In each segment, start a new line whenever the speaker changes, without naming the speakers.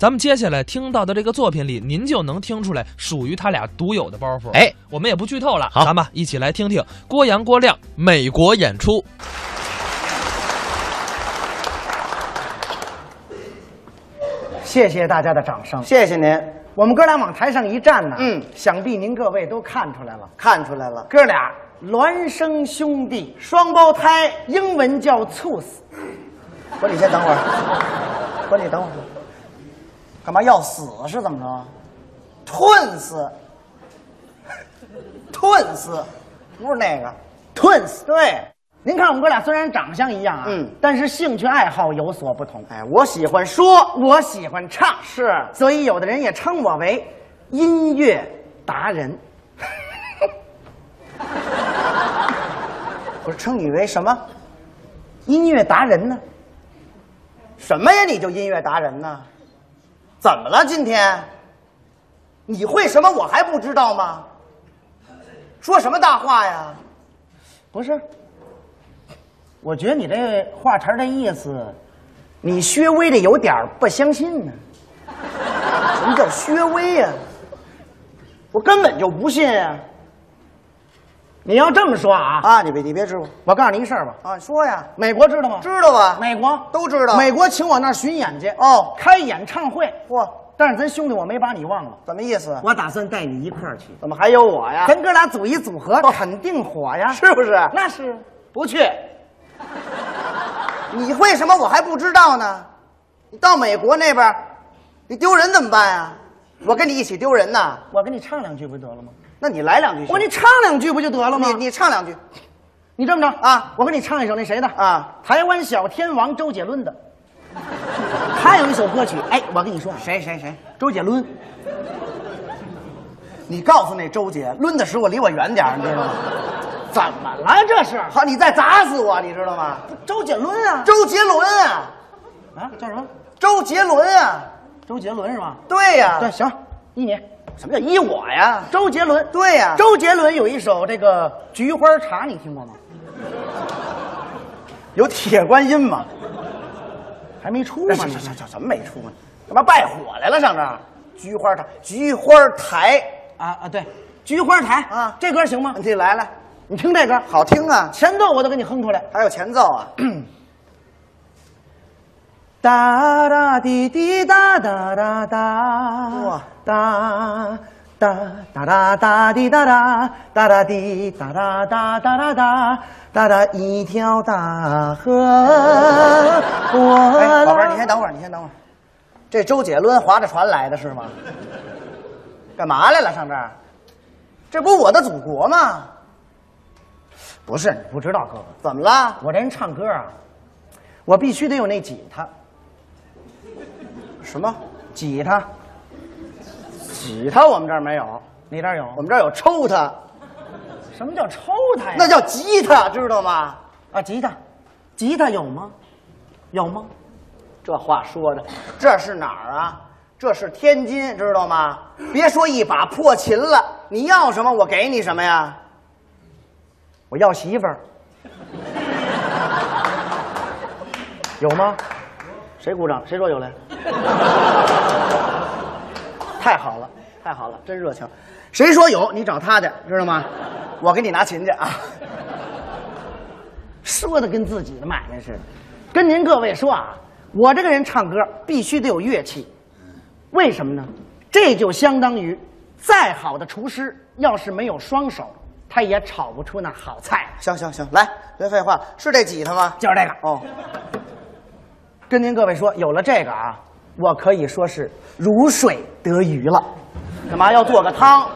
咱们接下来听到的这个作品里，您就能听出来属于他俩独有的包袱。
哎，
我们也不剧透了，
好
咱们一起来听听郭阳、郭亮。
美国演出，
谢谢大家的掌声。
谢谢您，
我们哥俩往台上一站呢，
嗯
想必您各位都看出来了，
看出来了，
哥俩孪生兄弟，
双胞胎。
英文叫 twos。
不是你先等会儿，不是你等会儿，干嘛要死是怎么着？啊吞死，吞死，不是那个吞死。对，
您看我们哥俩虽然长相一样啊，
嗯
但是兴趣爱好有所不同。
哎，我喜欢说，
我喜欢唱，
是
所以有的人也称我为音乐达人。
不是称你为什么
音乐达人呢？
什么呀？你就音乐达人呢？怎么了？今天你会什么我还不知道吗？说什么大话呀？
不是，我觉得你这话茬儿的意思，你略微的有点儿不相信呢、
什么叫薛微呀、我根本就不信啊！
你要这么说啊，
啊，你别你别吃我
我告诉你一事儿吧，
啊！说呀，
美国知道吗？
知道吧？
美国
都知道
美国请我那儿巡演去，
哦，
开演唱会。
嚯，
但是咱兄弟我没把你忘了，
怎么意思？啊
我打算带你一块儿去，
怎么还有我呀？
咱哥俩组一组合，肯定火呀。
哦是不是？
那是
不去。你会什么我还不知道呢？你到美国那边儿，你丢人怎么办呀？我跟你一起丢人呐？
我给你唱两句不就得了吗？
那你来两句行
我给你唱两句不就得了吗？
你你唱两句
你这么着
啊
我给你唱一首那谁的
啊？
台湾小天王周杰伦 的，他有一首歌曲，哎，我跟你说啊，
谁谁谁？
周杰伦，
你告诉那周姐，抡的时候离我远点儿，你知道吗？
怎么了这是？
好，你再砸死我，你知道吗？
周杰伦啊，
周杰伦啊，
啊叫什么？
周杰伦啊，
周杰伦是吧？
对呀、
对，，行，依你。
什么叫依我呀？
周杰伦，
对呀
周杰伦有一首这个《菊花茶》，你听过吗？
有铁观音吗？
还没出
这
呢
这
你
这这什么没出呢？干嘛拜火来了？上这儿菊花台，菊花台，
啊啊，对，《菊花台》
啊
这歌行吗
你？这来来，
你听这歌，
好听啊，
前奏我都给你哼出来。
还有前奏啊，
哒哒滴滴哒哒哒哒，
哇
哒哒哒哒哒滴哒哒哒哒滴哒哒哒哒哒哒哒哒一条大河，我
哎，
来
宝贝儿，你先等会儿，你先等会儿，这周杰伦划着船来的是吗？干嘛来了？上这儿，这不是我的祖国吗？
不是你不知道哥哥，
怎么了？
我这人唱歌啊，我必须得有那吉他，
什么？
吉他
吉他我们这儿没 有，
你这儿
我
有？
们这儿有抽他，
什么叫抽他呀？
那叫吉他，知道吗？
哎啊，吉他，吉他有吗？有吗？
这话说的，这是哪儿啊？这是天津，知道吗？别说一把破琴了，你要什么我给你什么呀？
我要媳妇儿，有吗？
谁鼓掌？谁说有来？太好了，太好了，真热情。谁说有，你找他去，知道吗？我给你拿琴去啊！
说的跟自己的买卖似的。跟您各位说啊，我这个人唱歌必须得有乐器，为什么呢？这就相当于，再好的厨师要是没有双手，他也炒不出那好菜来。
行行行，来，别废话，是这吉他吗？
就是这个，
哦，
跟您各位说，有了这个啊，我可以说是如水得鱼了。
干嘛要做个汤？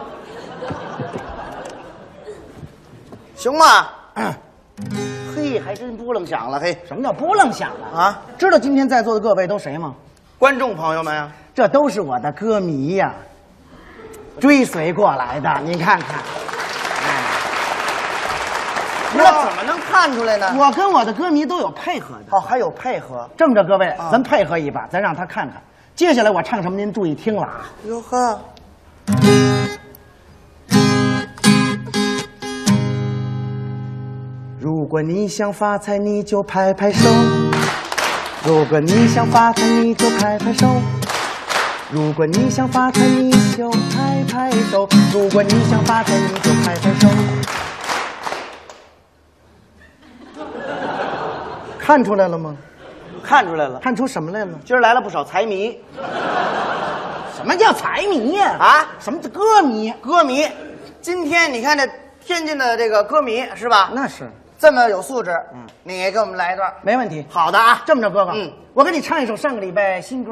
行吗？嘿，还真不楞响了，嘿
什么叫不愣想啊？
啊！
知道今天在座的各位都谁吗？
观众朋友们啊呀、
这都是我的歌迷呀、追随过来的。您看看，
哎那怎么能看出来呢？
我跟我的歌迷都有配合的。
哦，还有配合。
这么着，各位，
啊
咱配合一把，咱让他看看。接下来我唱什么，您注意听了啊。
哟呵，
如果你想发财，你就拍拍手；如果你想发财，你就拍拍手；
如果你想发财，你就拍拍手；如果你想发财，你就拍拍手。
看出来了吗？
看出来了，
看出什么来了？
今儿来了不少财迷
什么叫财迷呀、啊？
啊，
什么叫歌迷？
歌迷。今天你看这天津的这个歌迷是吧？
啊那是
这么有素质，嗯，你给我们来一段
没问题。
好的啊。
这么着，哥哥，
嗯，
我给你唱一首上个礼拜新歌，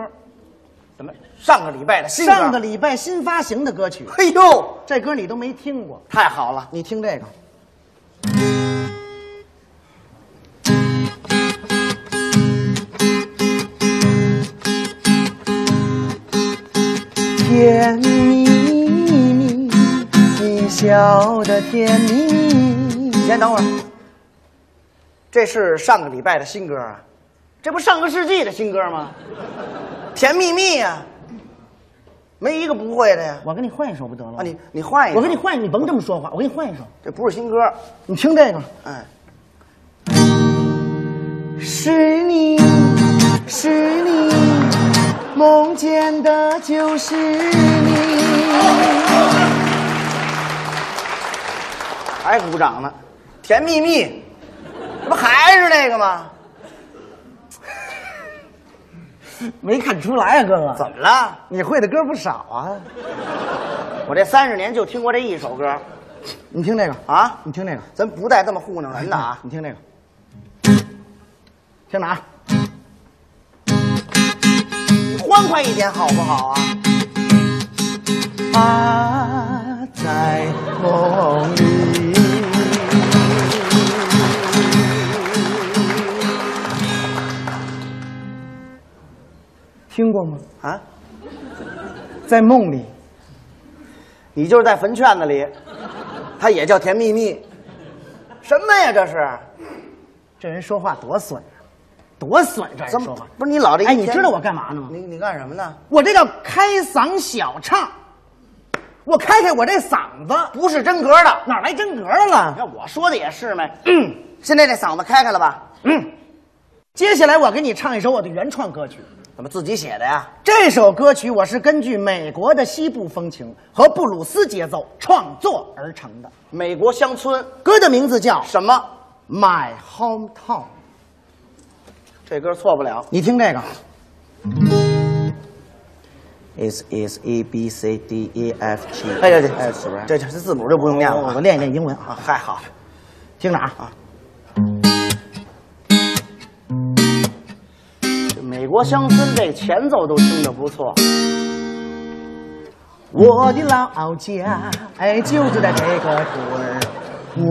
怎么上个礼拜的新歌？
上个礼拜新发行的歌曲，
哎呦，
这歌你都没听过，
太好了！
你听这个。
甜蜜蜜，你笑得甜蜜。你先等会儿，这是上个礼拜的新歌啊，
这不上个世纪的新歌吗？
甜蜜蜜呀、没一个不会的呀。
我给你换一首不得了吗？
啊，你你换一个，
我给你换，你甭这么说话，我给你换一首，
这不是新歌，
你听这个。
哎，
是你，是你，梦见的就是你。
还鼓掌呢。甜蜜蜜，这不还是那个吗？
没看出来啊，哥哥，
怎么了？
你会的歌不少啊。
我这三十年就听过这一首歌
你听这个，
啊，
你听这个，
咱不带这么糊弄人的 啊。
你听这个，听着啊，
你欢快一点好不好啊？
啊，在梦里。听过吗？
啊，
在梦里，
你就是在坟圈子里，它也叫甜蜜蜜，什么呀？这是
这人说话多损啊，多损！这人说话，
不是你老这一
哎，
天
你知道我干嘛呢吗？
你你干什么呢？
我这叫开嗓小唱，我开开我这嗓子，
不是真格的。
哪来真格的
你
了？
看我说的也是呗。嗯，现在这嗓子开开了吧？
嗯，接下来我给你唱一首我的原创歌曲。
怎么自己写的呀？
这首歌曲我是根据美国的西部风情和布鲁斯节奏创作而成的，
美国乡村
歌的名字叫《
什么？
My Hometown》。
这歌错不了。
你听这个，
is is A B C D E F G。
哎呀，这
是吧？
这这字母就不用念了
我
啊。
我练一练英文啊，
啊，嗨好，
听着啊，
这美国乡村这前奏都听着不错。
我的老家哎就是在这个屯儿。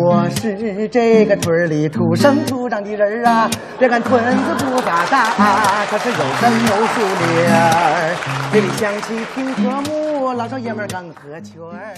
我是这个屯儿里土生土长的人儿啊，这个屯子不咋大、可是有山有树林儿。这里响起听和睦，老少爷们儿刚合群儿。